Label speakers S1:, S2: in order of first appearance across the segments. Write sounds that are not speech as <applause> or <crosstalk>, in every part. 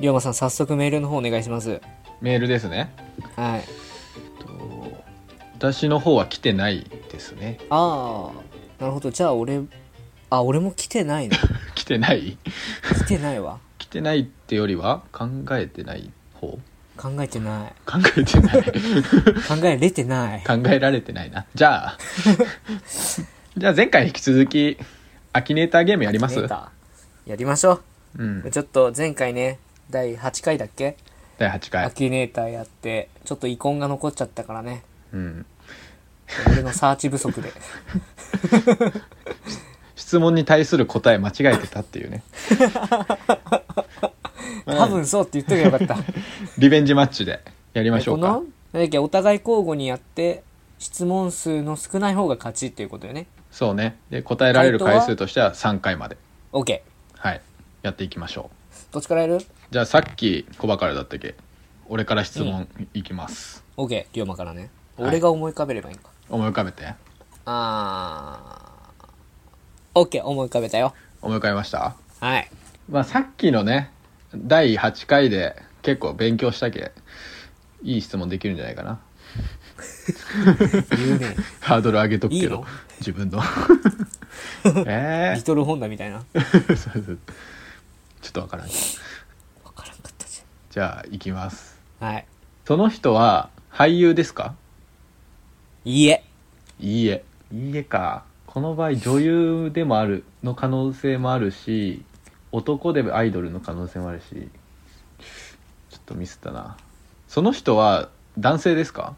S1: 龍馬さん、早速メールの方お願いします。
S2: メールですね。
S1: はい。
S2: と私の方は来てないですね。
S1: ああ、なるほど。じゃあ、俺、あ、俺も来てないな。
S2: 来てない
S1: 来てないわ。
S2: 来てないってよりは考えてない方
S1: 考えてない。
S2: 考え
S1: <laughs>
S2: てない。
S1: 考えれてない。
S2: 考えられてないな。じ
S1: <laughs>
S2: ゃあ、じゃあ前回引き続き、アキネーターゲームやります
S1: メーターやりましょ
S2: うん
S1: う。。ちょっと前回ね、第8回だっけ、
S2: 第8
S1: ア
S2: 回。
S1: キネーターやって、ちょっと遺恨が残っちゃったからね。
S2: うん。
S1: 俺のサーチ不足
S2: <laughs>
S1: で。
S2: 質問に対する答え間違えてたっていうね。
S1: 多分そうって言っとけばよかった。
S2: リベンジマッチでやりましょうか
S1: この。なんだっけお互い交互にやって質問数の少ない方が勝ちっていうことよね
S2: そうね。で、答えられる回数
S1: 回
S2: としては3回まで。
S1: OK
S2: はい。やっていきましょう。
S1: どっちからやる
S2: じゃあさっき小バからだったっけ俺から質問いきます、
S1: ?OK 龍馬からね、
S2: はい
S1: 俺が思い浮かべればいいのか
S2: 思い浮かべて
S1: あー OK 思い浮かべたよ
S2: 思い浮かべました、
S1: はい
S2: まあ、さっきのね第8回で結構勉強したけいい質問できるんじゃないかな
S1: 言う
S2: <laughs>
S1: ね
S2: ハードル上げとくけど
S1: いいの <laughs>
S2: 自分のえ
S1: リトルホンダみたいな
S2: えー、そうそう <laughs> ちょっとわからん
S1: 分からんかったじ
S2: じゃあいきます
S1: ゃんはい
S2: その人は俳優ですか
S1: いいえ
S2: いいえいいえかこの場合女優でもあるの可能性もあるし男でアイドルの可能性もあるしちょっとミスったなその人は男性ですか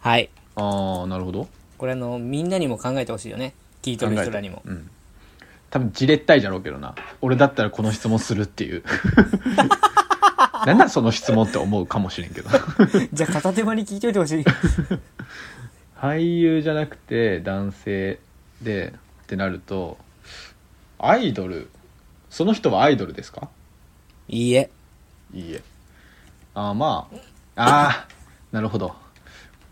S1: はい
S2: ああなるほど
S1: これあのみんなにも考えてほしいよね聞いとる人らにも
S2: 考えてうん多分じれったいじゃろうけどな俺だったらこの質問するって <laughs> いうなんだその質問って思うかもしれんけど
S1: <laughs> じゃあ片手間に聞いといてほしい
S2: 俳優じゃなくて男性でってなるとアイドルその人はアイドルですか
S1: いいえ
S2: いいえああまあああなるほど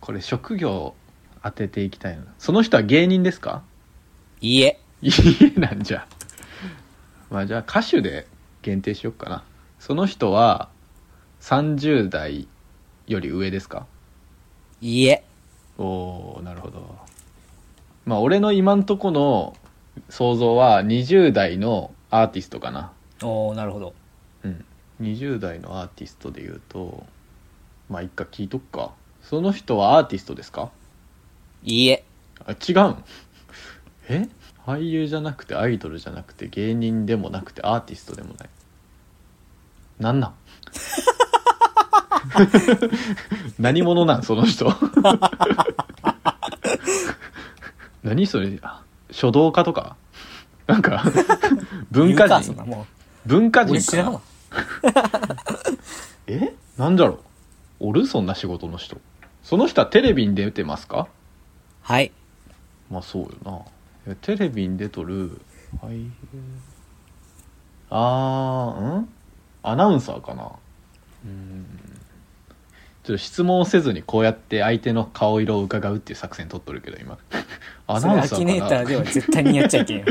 S2: これ職業当てていきたいなその人は芸人ですか
S1: いいえ
S2: いいえなんじゃまあじゃあ歌手で限定しよっかなその人は30代より上ですか
S1: いいえ
S2: おーなるほどまあ俺の今んとこの想像は20代のアーティストかな
S1: おおなるほど
S2: うん、20代のアーティストで言うとまあ一回聞いとくかその人はアーティストですか
S1: いいえ
S2: あ違うんえ俳優じゃなくてアイドルじゃなくて芸人でもなくてアーティストでもないな
S1: <laughs>
S2: んなん何者なんその人何それあ書道家とかなんか文
S1: 言
S2: 化
S1: うかそんな
S2: 人
S1: も
S2: 文化
S1: う
S2: 人
S1: 俺知
S2: から
S1: んわ
S2: えなんだろうおるそんな仕事の人その人はテレビに出てますか
S1: はい
S2: まあそうよないやテレビに出とる俳優あーんアナウンサーかなうんちょっと質問をせずにこうやって相手の顔色を伺うっていう作戦取っとるけど今ア
S1: それ
S2: ナウン
S1: ア
S2: サ
S1: キネ
S2: ー
S1: ー
S2: か
S1: タ
S2: な
S1: ーでは絶対にやっちゃいけん
S2: <laughs>
S1: よ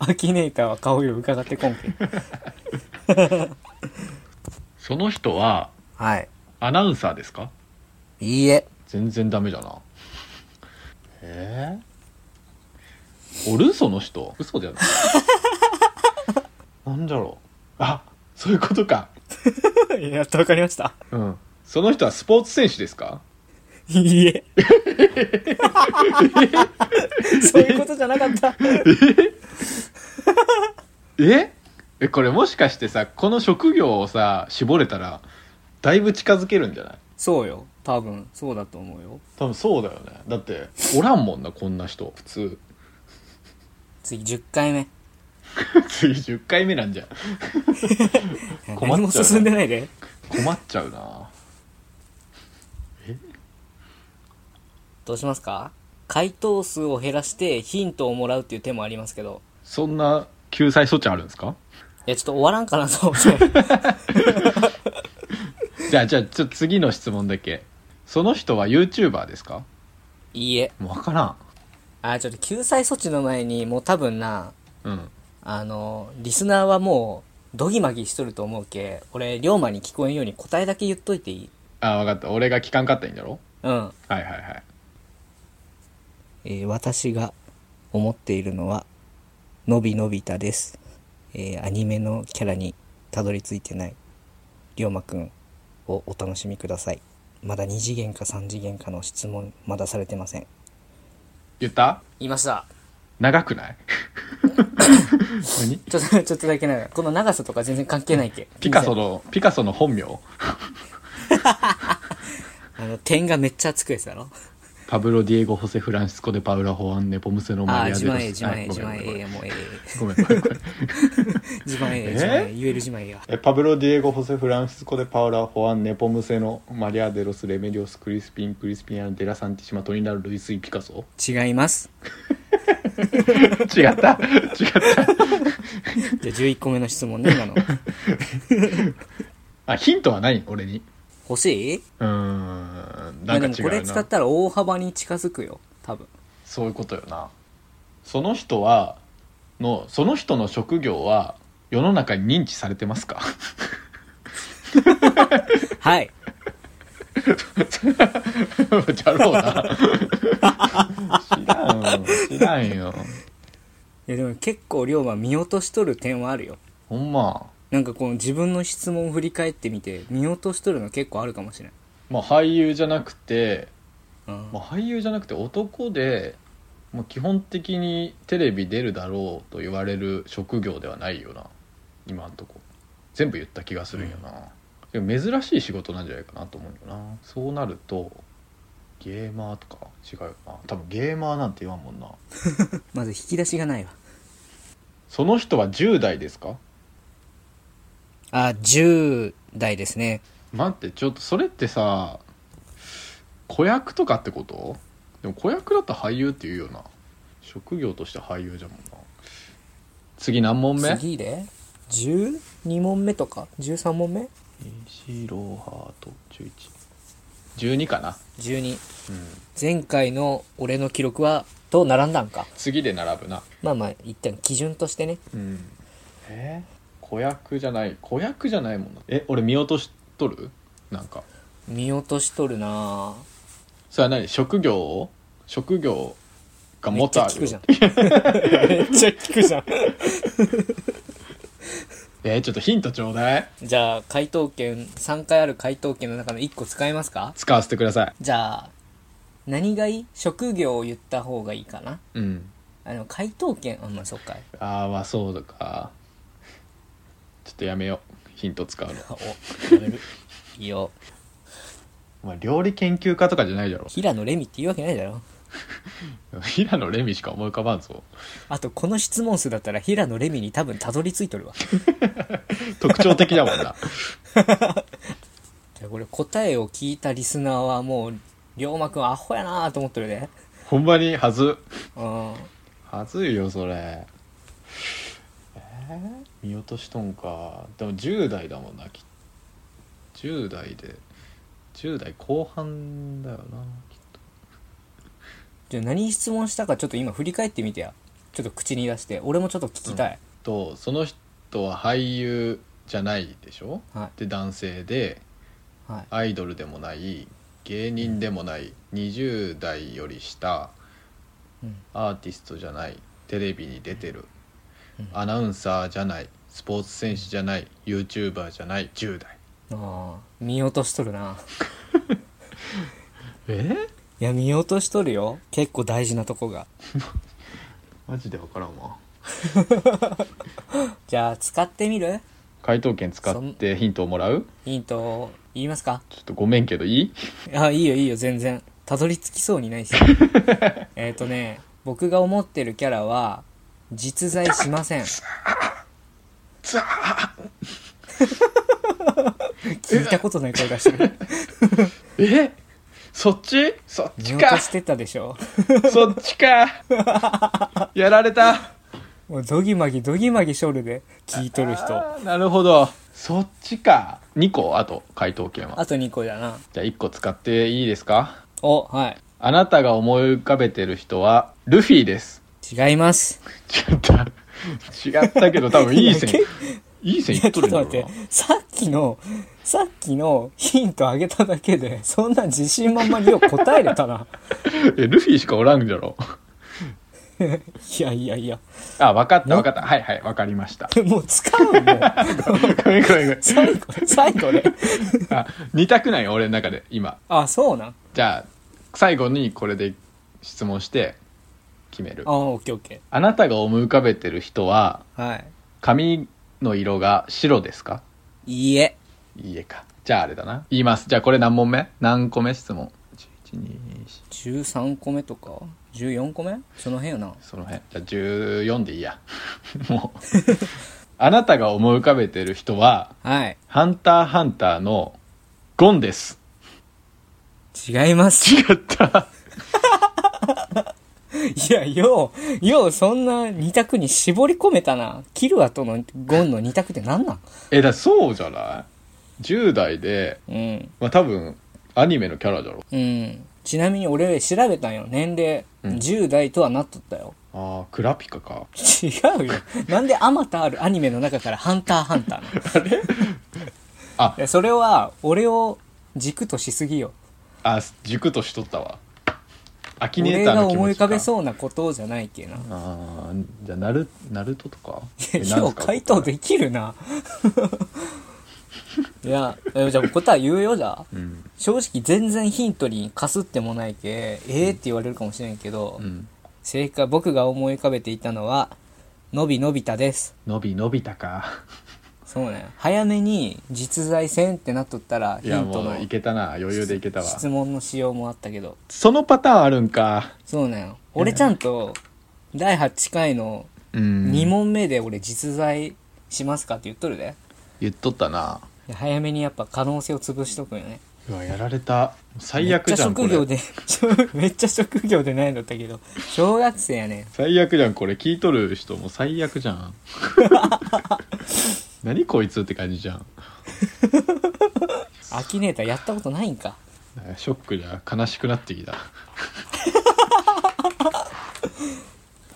S1: アキネーターは顔色伺ってこんけん
S2: その人は
S1: はい
S2: アナウンサーですか
S1: いい <laughs> え
S2: 全然ダメだなえー、おるその人嘘 <laughs> だよななんだろうあそういうことか
S1: やっとわかりました
S2: うんその人はスポーツ選手ですか
S1: いい <laughs> えそういうことじゃなかった
S2: ええこれもしかしてさこの職業をさ絞れたらだいぶ近づけるんじゃない
S1: そうよ多分そうだと思うよ
S2: 多分そうだよねだっておらんもんなこんな人普通
S1: 次10回目
S2: 次10回目なんじゃん困っちゃうな
S1: 何も進んでないで
S2: 困っちゃうな
S1: どうしますか回答数を減らしてヒントをもらうっていう手もありますけど
S2: そんな救済措置あるんですか
S1: いやちょっと終わらんかなと思 <laughs> って
S2: じゃあ、じゃあ、ちょっと次の質問だけ。その人は YouTuber ですか
S1: いいえ
S2: もうわから。
S1: あちょっと救済措置の前にもう多分なん
S2: うん。
S1: あの、リスナーはもう、ドギマギしとると思うけ俺龍馬に聞こえんように答えだけ言っといていい
S2: あ分かった俺が聞かんかったらいいんだろ
S1: うん、
S2: はいはいはい
S1: えー私が思っているのはのびのび太です、えーアニメのキャラにたどり着いてない龍馬くんをお楽しみくださいまだ2次元か3次元かの質問まだされてません
S2: 言った
S1: 言いました
S2: 長く <laughs> ない何
S1: ちょっと、 <laughs> ちょっとだけなこの長さとか全然関係ないけ。
S2: ピカソのピカソの本名
S1: あの、点がめっちゃつくやつだろ
S2: パブロ・ディエゴ・ホセ・フランシスコ・デ・パウラ・ホアン・ネポムセの
S1: あ
S2: マ
S1: あ、
S2: リア・
S1: 自
S2: デロ
S1: 慢
S2: ス
S1: ええ、自慢ええ、自
S2: は
S1: 慢
S2: い
S1: ええ、もうえ
S2: ごめんごめんごめんごめん
S1: え。自慢ええ、
S2: え
S1: 自慢ええ、言える自慢ええよ。
S2: <laughs> えパブロ・ディエゴ・ホセ・フランシスコ・デ・パウラ・ホアン・ネポムセのマリア・デロス・レメディオス・クリスピン・クリスピアン・デラ・サンティシマ・トリナル・ルイスイ・ピカソ
S1: 違います。
S2: 違った違った
S1: じゃあ11個目の質問ね、今
S2: <laughs>
S1: の。
S2: あヒントはない俺に
S1: 欲しいう
S2: ーん
S1: ま
S2: な
S1: あ
S2: ん
S1: で
S2: か違
S1: もこれ
S2: う
S1: 使っ
S2: な
S1: たら大幅に近づくよ。多分。
S2: そういうことよなその人はのその人の職業は世の中に認知されてますか <laughs>
S1: はい。
S2: じゃろ
S1: <laughs>
S2: うな知らん知らんよ
S1: いやでも結構龍馬見落としとる点はあるよ。
S2: ほんま
S1: なんかこの自分の質問を振り返ってみて、見落としとるの結構あるかもしれない。
S2: まあ俳優じゃなくて
S1: うん
S2: まあ、俳優じゃなくて男で、まあ、基本的にテレビ出るだろうと言われる職業ではないよな今んとこ全部言った気がするんよな、でも珍しい仕事なんじゃないかなと思うよなそうなるとゲーマーとか違うよな多分ゲーマーなんて言わんもんな
S1: まず引き出しがないわ。
S2: その人は10代ですか
S1: あ、10代ですね。
S2: 待ってちょっとそれってさ子役とかってことでも子役だったら俳優って言うよな職業として俳優じゃもんな次何問目
S1: 次で12問目とか13問目
S2: イーローハート1112かな、
S1: 12
S2: うん、
S1: 前回の俺の記録はと並んだんか
S2: 次で並ぶな
S1: まあまあ一旦基準としてね
S2: うんえー子役じゃない子役じゃないもんなえ俺見落としとるなんか
S1: 見落としとるな
S2: それは何職業を職業が
S1: ぁ
S2: も
S1: め
S2: っ
S1: っち
S2: と
S1: ゃ
S2: あ
S1: 聞
S2: る
S1: くじゃん <laughs> めっ
S2: よ
S1: ちゃ聞くじゃん
S2: えーちょっとヒントちょうだい
S1: じゃあ回答権3回ある回答権の中の1個使えますか
S2: 使わせてください
S1: じゃあ何がいい職業を言った方がいいかな
S2: うん
S1: あの回答権あんまあそっか
S2: ああまあそうかちょっとやめようヒント使うの
S1: おやめるいいよ
S2: お前料理研究家とかじゃないだろ
S1: 平野レミって言うわけないだろ
S2: <laughs> 平野レミしか思い浮かばんぞ
S1: あとこの質問数だったら平野レミに多分たどり着いとるわ
S2: 特徴的だもん <laughs> な
S1: じゃあこれ答えを聞いたリスナーはもう龍馬くんアホやなと思ってるで
S2: ほんまにはず
S1: うん
S2: はずいよそれえー見落としとんかでも10代だもんなき10代で10代後半だよなきっと
S1: じゃあ何質問したかちょっと今振り返ってみてやちょっと口に出して俺もちょっと聞きたい、
S2: とその人は俳優じゃないでしょ
S1: は
S2: で男性で
S1: いはい
S2: アイドルでもない芸人でもない20代より下
S1: うん
S2: アーティストじゃないテレビに出てる
S1: うん
S2: アナウンサーじゃないスポーツ選手じゃない YouTuber じゃない10代
S1: ああ見落としとるな
S2: え
S1: いや見落としとるよ結構大事なとこが
S2: マジで分からんわ
S1: じゃあ使ってみる
S2: 回答権使ってヒントをもらう
S1: ヒントを言いますか
S2: ちょっとごめんけどいい
S1: あいいよいいよ全然たどり着きそうに <laughs> ないしえっとね僕が思ってるキャラは実在しません聞いたことない声出してる
S2: えそっちそっ
S1: 見
S2: ち
S1: 落と
S2: か
S1: してたでしょ
S2: そっちかやられた
S1: もうドギマギドギマギショルで聞いとる人
S2: あーなるほどそっちか2個あと回答権は
S1: あと2個だな
S2: じゃあ1個使っていいですか
S1: おはい
S2: あなたが思い浮かべてる人はルフィです。
S1: 違います
S2: <laughs> 違った。違ったけど多分いい線、いい線
S1: い
S2: いっ
S1: やち
S2: と
S1: ょ
S2: る
S1: っ
S2: ん
S1: と
S2: だ
S1: 待っ
S2: ろう
S1: て
S2: な。
S1: さっきの、さっきのヒントあげただけで、そんな自信満々によう答えれたな。 <laughs>
S2: え、ルフィしかおらんじゃろ。
S1: いやいやいや。
S2: あ、わかったわかった。はいはい、わかりました。
S1: もう使うもん。
S2: <laughs> ごめんごめんごめん。
S1: 最後、最後ね。
S2: <laughs> あ、似たくない俺の中で、今。
S1: あ、そうなん。
S2: じゃあ、最後にこれで質問して決める
S1: あ、。オッケーオッケ
S2: あなたが思い浮かべてる人は、
S1: ー。はい。
S2: 髪の色が白ですか
S1: いいえ。
S2: いいえか。じゃああれだな。言います。じゃあこれ何問目何個目質問。11、2、4
S1: 13個目とか ?14 個目その辺よな。
S2: その辺。じゃあ14でいいや。 <laughs> もう。あなたが思い浮かべてる人は、
S1: はい。
S2: ハンターハンターのゴンです。
S1: 違います。 <laughs>
S2: 違った。
S1: いや、よう、よう、そんな二択に絞り込めたな。キルアとのゴンの二択ってなんなん
S2: え、だ、そうじゃない ?10 代で、
S1: うん。
S2: まあ多分、アニメのキャラじゃろ。
S1: うん。ちなみに俺調べたんよ。年齢。
S2: うん
S1: 10代とはなっとったよ。
S2: ああ、クラピカか。
S1: 違うよ。なんであまたあるアニメの中からハンターハンターなの
S2: あ
S1: い、やそれは、俺を軸としすぎよ。
S2: あ、軸としとったわ。アキネ
S1: 俺
S2: ーター
S1: が
S2: の気持ちか
S1: 思い浮かべそうなことじゃないけな。
S2: ああ、じゃあ、ナル、ナルトとかえ
S1: よ
S2: 何
S1: う
S2: すか
S1: 回答
S2: これ
S1: できるな。いや、えじゃあ答え言うよじゃあ。
S2: うん。
S1: 正直全然ヒントにかすってもないけ、ええって言われるかもしれんけど、
S2: うん。
S1: 正解、僕が思い浮かべていたのは、のびのびたです。
S2: 伸び伸びたか。
S1: そうね。早めに実在せんってなっとったら、
S2: い
S1: ヒ
S2: や、
S1: ント
S2: も
S1: の
S2: う、いけたな。余裕でいけたわ。
S1: 質問の仕様もあったけど。
S2: そのパターンあるんか。
S1: そうね。俺ちゃんと、第8回の
S2: うん。
S1: 2問目で俺実在しますかって言っとるで。
S2: 言っとったな。
S1: で早めにやっぱ可能性を潰しとくんよね。
S2: うわ、やられた。最悪じゃん、
S1: めっちゃ職
S2: こ
S1: 業
S2: れ。
S1: で <laughs> めっちゃ職業でないんだったけど小学生やね
S2: 最悪じゃん、これ。聞いとる人も最悪じゃ <laughs> ん。何こいつって感じじゃん。
S1: アキネーターやったことないんか
S2: なんかショックじゃ悲しくなってきた。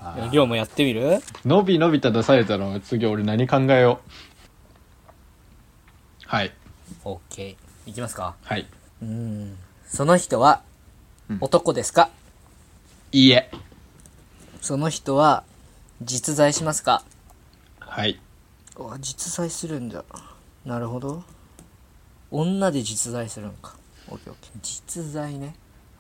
S2: あー
S1: りょうもやってみる
S2: 伸び伸びた出されたのは次俺何考えようはい
S1: オッケーいきますか
S2: はいう
S1: ーんその人は
S2: うん
S1: 男ですか、
S2: いいえ
S1: その人は実在しますか
S2: はい
S1: あ実在するんだなるほど女で実在するんかオッケーオッケー実在ね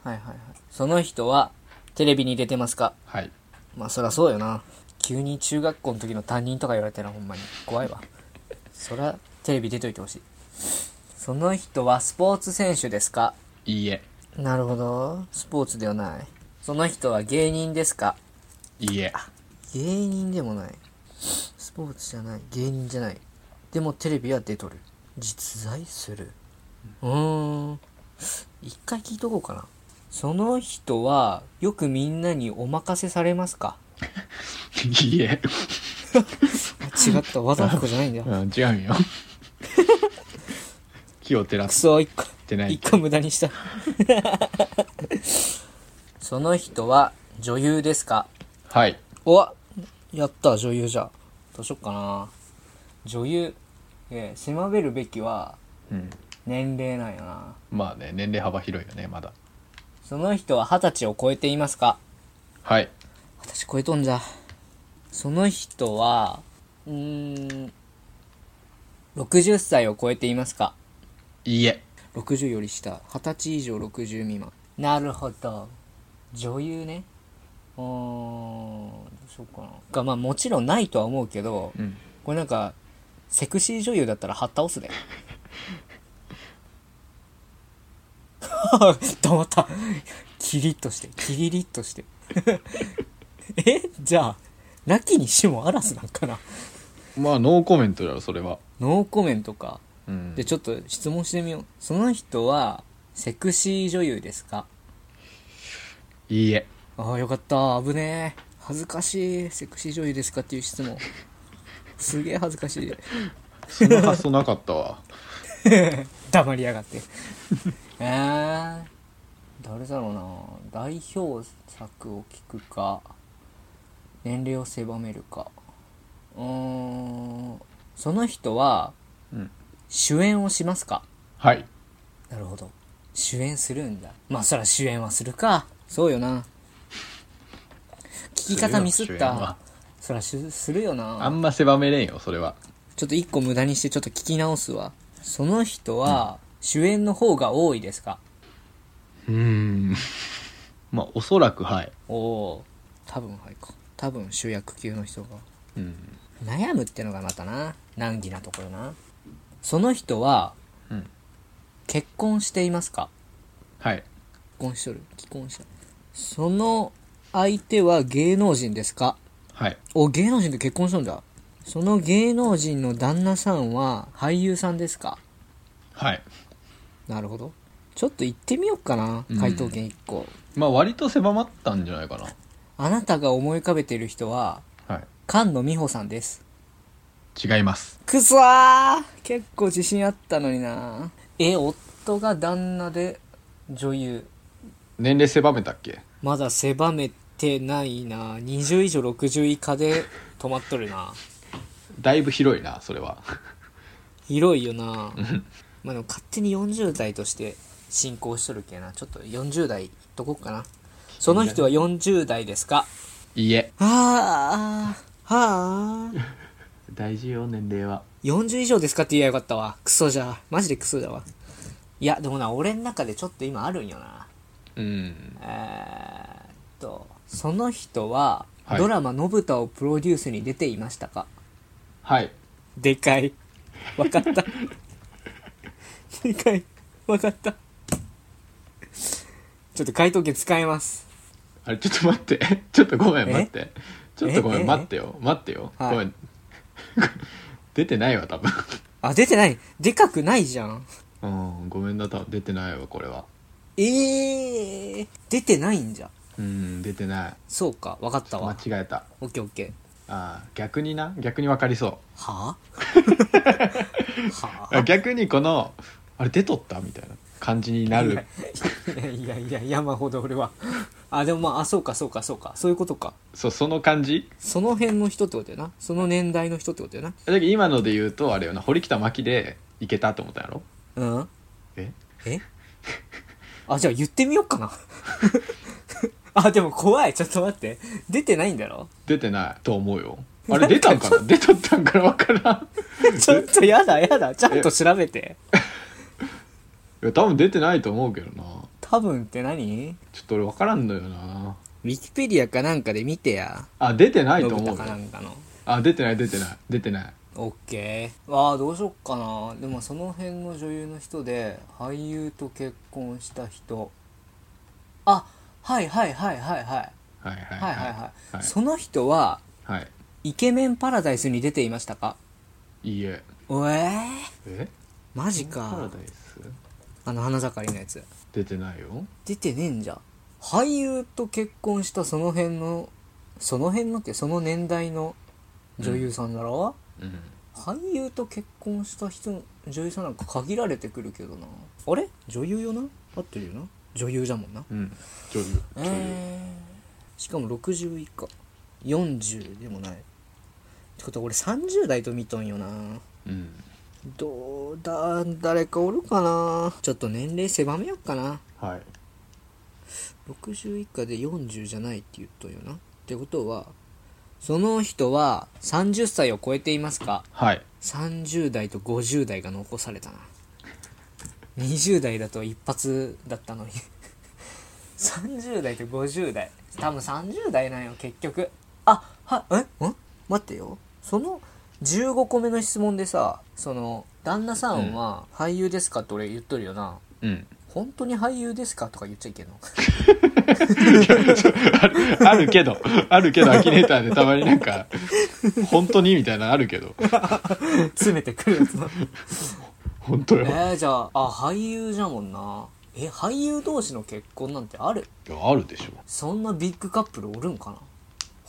S1: はいはいはいその人はテレビに出てますか
S2: はい
S1: まあそりゃそうよな急に中学校の時の担任とか言われたらほんまに怖いわそりゃテレビ出といてほしいその人はスポーツ選手ですか
S2: いいえ
S1: なるほどスポーツではないその人は芸人ですか
S2: いいえ
S1: 芸人でもないスポーツじゃない芸人じゃないでもテレビは出とる実在するうーん一回聞いとこうかなその人はよくみんなにお任せされますか
S2: いいえ
S1: 違ったわざとじゃ <laughs> ないんだよ
S2: うん違 <laughs> うんよ木を照ら
S1: く
S2: す
S1: そ一個
S2: てない
S1: 一個無駄にした <laughs> その人は女優ですか
S2: はい
S1: おわやった女優じゃどうしよっかな女優えー狭めるべきは
S2: うん
S1: 年齢なんやな
S2: まあね年齢幅広いよねまだ
S1: その人は二十歳を超えていますか
S2: はい
S1: 二十歳超えとんじゃその人はうーん60歳を超えていますか
S2: いいえ
S1: 60より下二十歳以上60未満なるほど女優ねうーんどうしようかながまあもちろんないとは思うけど
S2: うん
S1: これなんかセクシー女優だったらはったオスで <laughs> 黙ったキリッとしてキリリッとして <laughs> えじゃあなきにしもあらずなんかな
S2: まあノーコメントだろそれは
S1: ノーコメントか
S2: うん
S1: でちょっと質問してみようその人はセクシー女優ですか
S2: いいえ
S1: ああよかった危ねえ恥ずかしいセクシー女優ですかっていう質問 <laughs> すげえ恥ずかしい
S2: そんな発想なかったわ <laughs>
S1: 黙りやがって <laughs> えー、誰だろうな代表作を聞くか年齢を狭めるかうーんその人は
S2: うん
S1: 主演をしますか
S2: はい
S1: なるほど主演するんだまあそら主演はするかそうよな聞き方ミス
S2: す
S1: っ
S2: るよ主演は
S1: たそらしするよな
S2: あんま狭めれんよそれは
S1: ちょっと一個無駄にしてちょっと聞き直すわその人は主演の方が多いですか、
S2: うーん <laughs> まあおそらくはい
S1: おおー多分はいか多分主役級の人が
S2: うん
S1: 悩むってのがまたな難儀なところなその人は
S2: うん
S1: 結婚していますか
S2: はい
S1: 結婚しとる既婚者その相手は芸能人ですか
S2: はい
S1: お芸能人と結婚しとんだその芸能人の旦那さんは俳優さんですか
S2: はい
S1: なるほどちょっと行ってみようかな
S2: うん
S1: 回答権1個、
S2: まあ割と狭まったんじゃないか
S1: あなたが思い浮かべている人は
S2: なはい
S1: 菅野美穂さんです
S2: 違います
S1: くそー結構自信あったのになえ夫が旦那で女優
S2: 年齢狭めたっけ
S1: まだ狭めてないな20以上60以下で止まっとるな
S2: だいぶ広いなそれは
S1: 広いよなまあでも勝手に40代として進行しとるけなちょっと40代いっとこっかなその人は40代ですか
S2: いいえ
S1: ああはあ
S2: 大事よ年齢は
S1: 40以上ですかって言えばよかったわクソじゃマジでクソだわいやでもな俺の中でちょっと今あるんよな
S2: うん
S1: えーっとその人は
S2: はい
S1: ドラマ「のぶた」をプロデュースに出ていましたか、
S2: はい
S1: でかいわかったでかいわかったちょっと回答権使えます
S2: あれちょっと待って <laughs> ちょっとごめん
S1: え
S2: 待ってちょっとごめ
S1: ええ
S2: ん待ってよ待ってよ、
S1: はい
S2: ごめん <laughs> 出てないわ多分 <laughs>
S1: あ出てないでかくないじゃん
S2: うんごめんな多分出てないわこれは
S1: ええー、出てないんじゃ
S2: うん出てない
S1: そうかわかった
S2: 間
S1: わ
S2: 違えた
S1: オッケーオッケー
S2: あー逆にな逆に分かりそ
S1: はあは
S2: うあ逆にこのあれ出とったみたいな感じになる
S1: あいやいやいや山ほど俺はあでもまああそうかそうかそうかそういうことか
S2: そうその感じ
S1: その辺の人ってことやなその年代の人ってことやな
S2: だけど今ので言うとあれよな堀北真希でいけたと思ったやろ
S1: うん
S2: え
S1: え <laughs> あじゃあ言ってみようかな <laughs> あでも怖いちょっと待って出てないんだ
S2: <laughs>
S1: ろ
S2: 出てないと思うよあれ出たんかな出とったんかな分からん
S1: ちょっとやだやだちゃんと調べて
S2: いや多分出てないと思うけどな
S1: 多分って何
S2: ちょっと俺分からんのよな
S1: ウィキペディアかなんかで見てや
S2: あ出てないと
S1: 信
S2: 思
S1: 太
S2: う
S1: か
S2: よ
S1: なんかの
S2: あ出てない出てない出てない
S1: オッケーああどうしよっかなでもその辺の女優の人で俳優と結婚した人あはいはいはいはいはい
S2: はいはい
S1: は
S2: はいい
S1: はいはい
S2: はい
S1: その人は
S2: はい
S1: イケメンパラダイスに出ていましたか
S2: いいえ
S1: ええ
S2: え
S1: マジ
S2: パラ
S1: か
S2: ダイス
S1: あの花盛りのやつ
S2: 出てないよ
S1: 出てねえんじゃ俳優と結婚したその辺のその辺のってその年代の女優さんだろ、
S2: うん
S1: 俳優と結婚した人の女優さんなんか限られてくるけどなあれ女優よな合ってるよな女優じゃもんな
S2: うん女優女優、
S1: えー、しかも60以下40でもないってことは俺30代と見とんよな
S2: うん
S1: どうだ誰かおるかなちょっと年齢狭めよっかな
S2: はい
S1: 60以下で40じゃないって言っとんよなってことはその人は30歳を超えていますか
S2: はい
S1: 30代と50代が残されたな20代だと一発だったのに <laughs> 30代と50代多分30代なんよ結局あはえん待ってよその15個目の質問でさその旦那さんは俳優ですかって俺言っとるよな、
S2: うん
S1: 本当に俳優ですかとか言っちゃいけんの
S2: あるけど、 <laughs> あるけど、アキネーターでたまになんか、
S1: <laughs>
S2: 本当にみたいなのあるけど、
S1: 詰めてくるやつな
S2: 本当よ。
S1: <laughs>
S2: い
S1: えー、じゃああ俳優じゃもんなえ俳優同士の結婚なんてある
S2: やあるでしょ。
S1: そんなビッグカップルおるんかな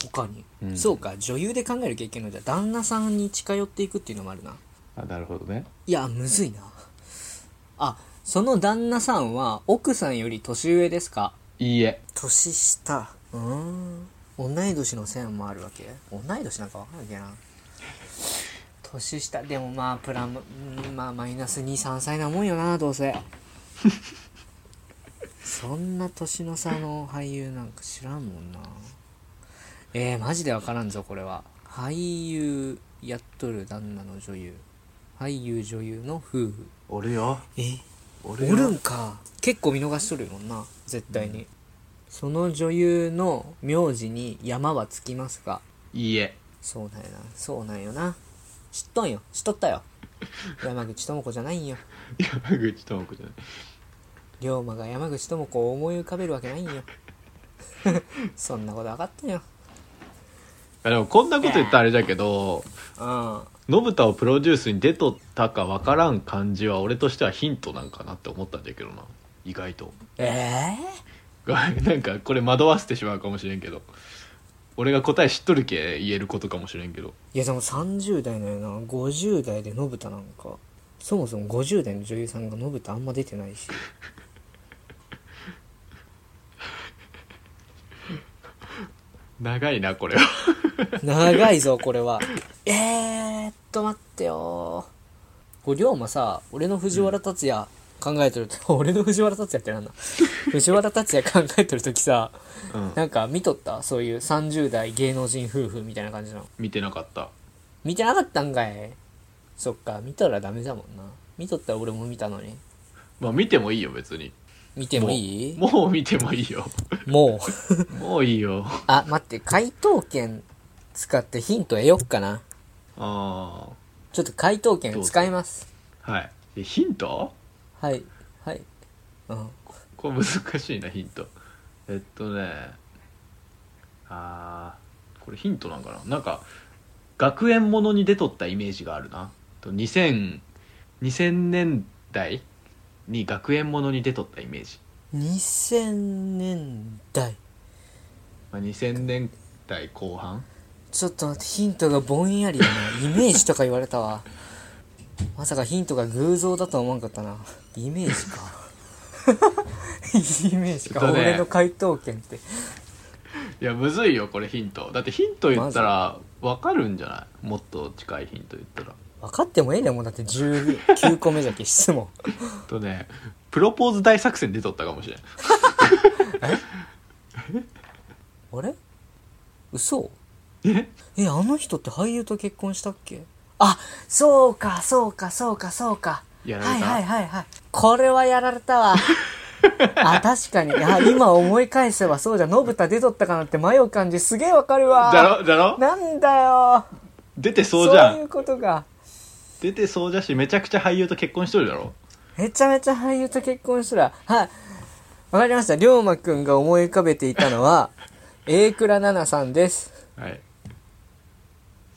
S1: 他に、
S2: うん
S1: そうか女優で考える経験のじゃあ旦那さんに近寄っていくっていうのもあるな
S2: あ、なるほどね。
S1: いやむずいなあその旦那さんは奥さんより年上ですか
S2: いいえ。
S1: 年下うーん同い年の線もあるわけ同い年なんかわかんないけどな年下でもまあプラムうんまあマイナス23歳なもんよなどうせそんな年の差の俳優なんか知らんもんなえー、マジで分からんぞこれは俳優やっとる旦那の女優俳優女優の夫婦
S2: おるよ
S1: え
S2: お
S1: おるんか結構見逃しとるもんな絶対に、その女優の名字に山はつきますか
S2: いいえ
S1: そうなんやなそうなんよな知っとんよ知っと <laughs> ったよ山口智子じゃないんよ
S2: 山 <laughs> 口智子じゃない
S1: 龍馬が山口智子を思い浮かべるわけないんよ <laughs> そんなこと分かったよ
S2: あでもこんなこと言ったらあれだけど
S1: うん
S2: 信太をプロデュースに出とったかわからん感じは俺としてはヒントなんかなって思ったんだけどな意外と
S1: ええ
S2: <laughs> なんかこれ惑わせてしまうかもしれんけど俺が答え知っとるけ言えることかもしれんけど
S1: いやでも30代なよな50代で信太なんかそもそも50代の女優さんが信太あんま出てないし
S2: 長いなこれは
S1: 長いぞこれは <laughs> えーっと待ってよこれ龍馬さ俺の藤原竜也考えてると、 <laughs> 俺の藤原竜也って <laughs> なんだ藤原竜也考えてる時さ
S2: うん
S1: なんか見とったそういう30代芸能人夫婦みたいな感じの
S2: 見てなかった
S1: 見てなかったんかいそっか見たらダメだもんな見とったら俺も見たのに
S2: まあ見てもいいよ別に
S1: 見てもいい
S2: もうもう見てもいいよ
S1: もう
S2: もういいよ
S1: あ待って回答権使ってヒント得よっかな
S2: あ
S1: ちょっと回答権使います
S2: あはいえヒント
S1: はいはいうん
S2: これ難しいなヒントえっとねあーこれヒントなんかななんか学園ものに出とったイメージがあるなと 2000, 2000年代に学園ものに出とったイメージ、
S1: 2000年代
S2: まあ、2000年代後半
S1: ちょっと待ってヒントがぼんやりだなイメージとか言われたわ <laughs> まさかヒントが偶像だとは思わんかったなイメージか <laughs> イメージか、
S2: ちょっとね
S1: 俺の回答権って
S2: いやむずいよこれヒントだってヒント言ったら分かるんじゃないもっと近いヒント言ったら
S1: 分かってもええねんもうだって19個目じゃけ質問
S2: えっとねプロポーズ大作戦出とったかもしれん
S1: あれ嘘えあの人って俳優と結婚したっけあそうかそうかそうかそうか
S2: やられた
S1: はいはいはいはいこれはやられた
S2: <laughs>
S1: わあ確かにあ今思い返せばそうじゃ信太出とったかなって迷う感じすげえわかる
S2: だ
S1: わ
S2: ろだろ
S1: なんだよ
S2: 出てそうじゃん
S1: そういうことが
S2: 出てそうじゃしめちゃくちゃ俳優と結婚しとるだろ
S1: めちゃめちゃ俳優と結婚したらはいわかりました龍馬くんが思い浮かべていたの
S2: <laughs>
S1: は A 倉奈々さんです
S2: はい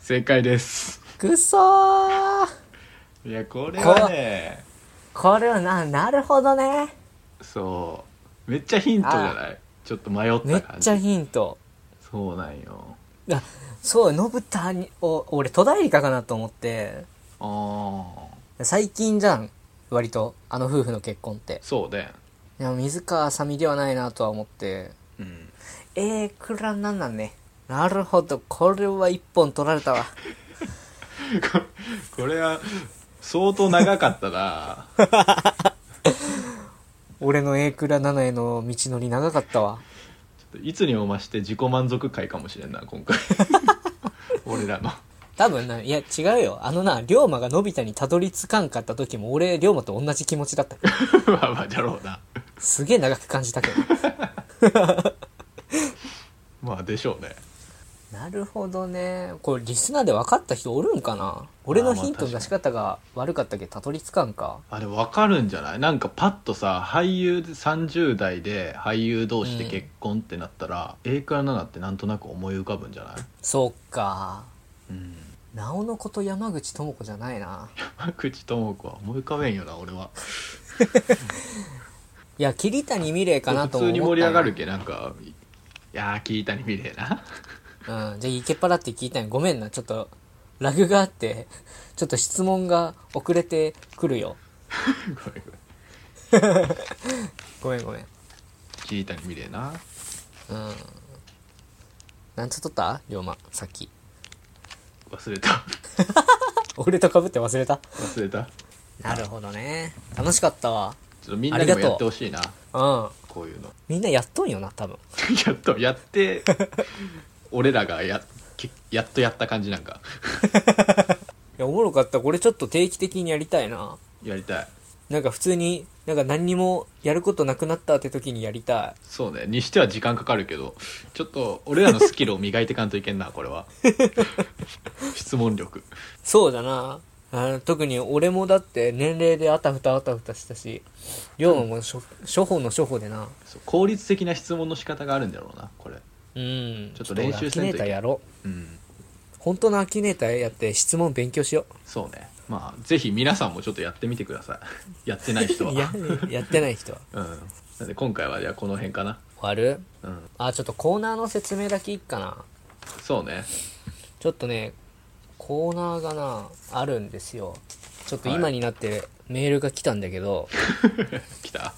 S2: 正解です
S1: くそー
S2: いやこれはね
S1: これはななるほどね
S2: そうめっちゃヒントじゃないちょっと迷っ
S1: め
S2: た
S1: っ
S2: 感
S1: ち
S2: じ
S1: ゃヒント
S2: そうなんよ
S1: あそう信太にお俺戸田恵梨香かなと思って
S2: ああ
S1: 最近じゃん割とあの夫婦の結婚って
S2: そうね
S1: いや水川あさみではないなとは思って
S2: うん
S1: えー、くらなんなんねなるほどこれは一本取られたわ
S2: こ <laughs> これは相当長かったな
S1: 俺の A 倉奈々への道のり長かったわ
S2: いつにも増して自己満足回かもしれんな今
S1: <laughs>
S2: 回俺らの <laughs>
S1: 多分ないや違うよあのな龍馬がのび太にたどり着かんかった時も俺龍馬と同じ気持ちだったから
S2: まあまあだろうな
S1: すげえ長く感じたけど
S2: まあでしょうね
S1: なるほどねこれリスナーで分かった人おるんかな俺のヒントの出し方が悪かったけどたどりつかんか
S2: あれ分かるんじゃないなんかパッとさ俳優で30代で俳優同士で結婚ってなったら、A から7ってなんとなく思い浮かぶんじゃない、
S1: そっか
S2: うん、
S1: なおのこと山口智子じゃないな
S2: 山 <laughs> 口智子は思い浮かべんよな俺はい
S1: や桐谷美玲かなと
S2: 普
S1: も思
S2: 通
S1: った
S2: に
S1: よ
S2: 盛り上がるけなんかいやー聞いたに見れえな <laughs>
S1: うんじゃあいけっぱらって聞いたんやごめんなちょっとラグがあって <laughs> ちょっと質問が遅れてくるよ
S2: ごめ
S1: ごめ
S2: んごめん
S1: んごめん
S2: 聞いたに見れえな
S1: うんなんつっとった龍馬さっき
S2: 忘れた
S1: 俺と被って忘れた
S2: 忘れた
S1: なるほどね楽しかったわ
S2: ちょっとみんなに
S1: あ
S2: も
S1: りがとう
S2: やってほしいな
S1: うん
S2: こういうの <laughs>
S1: みんなやっとんよな多分
S2: やっとやって
S1: <laughs>
S2: 俺らがやけやっとやった感じなんか
S1: いやおもろかったこれちょっと定期的にやりたいな
S2: やりたい
S1: なんか普通になんか何にもやることなくなったって時にやりた
S2: そうねにしては時間かかるけどちょっと俺らのスキルを磨いていかんといけんな <laughs> これは質問力
S1: いそうだなあの特に俺もだって年齢であたふたあたふたしたし龍馬も初初歩の初歩でな
S2: そう効率的な質問の仕方があるんだろうなこれ
S1: うん
S2: ちょっと練習せんといけん
S1: ちょっとアキネーターやろう
S2: うん
S1: 本当のアキネーターやって質問勉強しよ
S2: そうねまあぜひ皆さんもちょっとやってみてください <laughs> やってない人は
S1: うややってない人は
S2: うんなんで今回はじゃあこの辺かな
S1: 終わる
S2: うん
S1: あちょっとコーナーの説明だけいっかな
S2: そうね
S1: ちょっとねコーナーがなあるんですよちょっと今
S2: はい
S1: になってメールが来たんだけど、
S2: 来た
S1: は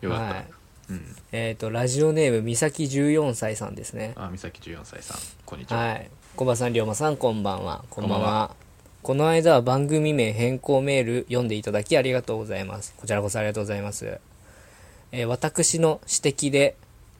S2: よかった、うん
S1: えっ、とラジオネームみさき14歳さんですね
S2: あ美咲14歳さんこんにちは、
S1: はい小葉さん龍馬さんこんばんはこんばんは
S2: こんばん
S1: この間は番組名変更メール読んでいただきありがとうございますこちらこそありがとうございます、えー私の指摘で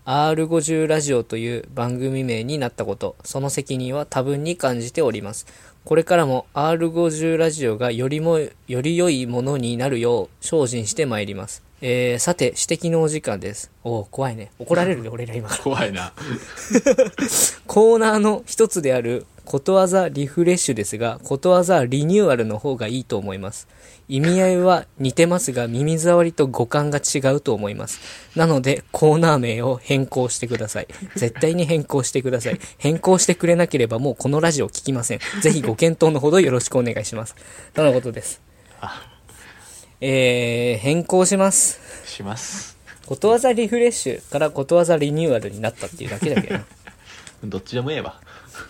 S1: R50 ラジオという番組名になったことその責任は多分に感じておりますこれからも R50 ラジオがよりもより良いものになるよう精進してまいります、えーさて指摘のお時間ですおお怖いね怒られるで俺ら今
S2: 怖いな
S1: コーナーの一つであることわざリフレッシュですが、ことわざリニューアルの方がいいと思います。意味合いは似てますが、耳障りと語感が違うと思います。なので、コーナー名を変更してください。絶対に変更してください。変更してくれなければもうこのラジオ聞きません。ぜひご検討のほどよろしくお願いします。とのことです。えー、変更します。
S2: します
S1: ことわざリフレッシュからことわざリニューアルになったっていうだけだけどな。
S2: どっちでもええわ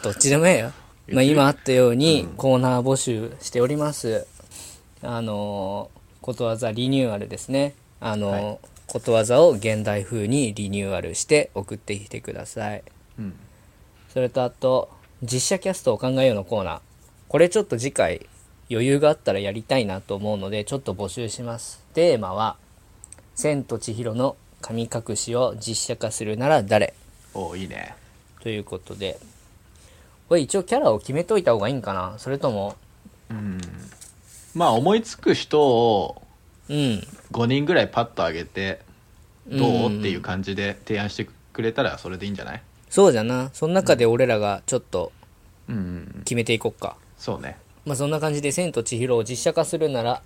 S1: どっちでもええよ。まあ、今あったように、コーナー募集しております。あのーことわざリニューアルですね。あのー
S2: は
S1: ことわざを現代風にリニューアルして送ってきてください。
S2: うん
S1: それとあと、実写キャストを考えようのコーナー。これちょっと次回、余裕があったらやりたいなと思うので、ちょっと募集します。テーマは、千と千尋の神隠しを実写化するなら誰
S2: おおいいね
S1: ということでこれ一応キャラを決めといた方がいいんかなそれとも
S2: うんまあ思いつく人を
S1: うん
S2: 5人ぐらいパッと上げてどう、
S1: うん
S2: っていう感じで提案してくれたらそれでいいんじゃない
S1: そうじゃなその中で俺らがちょっと
S2: うんうんうん
S1: 決めていこっか、
S2: そうね
S1: まあそんな感じで「千と千尋」を実写化するなら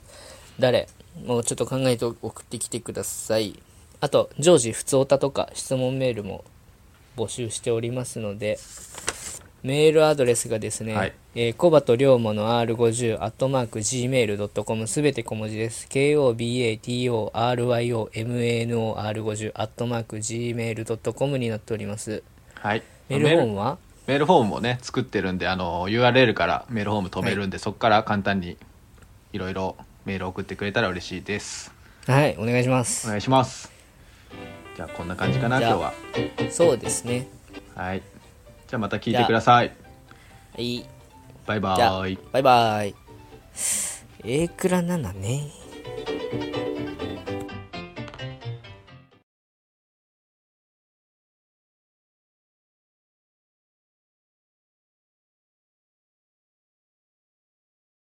S1: 誰もうちょっと考えて送ってきてくださいあと常時普通おたとか質問メールも募集しておりますのでメールアドレスがですね、
S2: はい
S1: えー、コバと龍馬の R50、アットマーク、gmail.com、すべて小文字です。kobatoryomanor50、アットマーク、gmail.com になっております。
S2: はい
S1: メールフォー
S2: メー
S1: ム
S2: ル
S1: は
S2: メールフォームもね作ってるんであの URL からメールフォーム止めるんで、そこから簡単にいろいろメール送ってくれたら嬉しいです
S1: はい、お願いしま
S2: お
S1: す。
S2: 願いしますじゃあこんな感じかな
S1: じゃ
S2: 今
S1: あ
S2: 日は
S1: そうですね。
S2: はいじゃあまた聞いてください
S1: はい。じ
S2: バイバ
S1: ゃあ
S2: ーイ、
S1: バイバイ。A クラならね。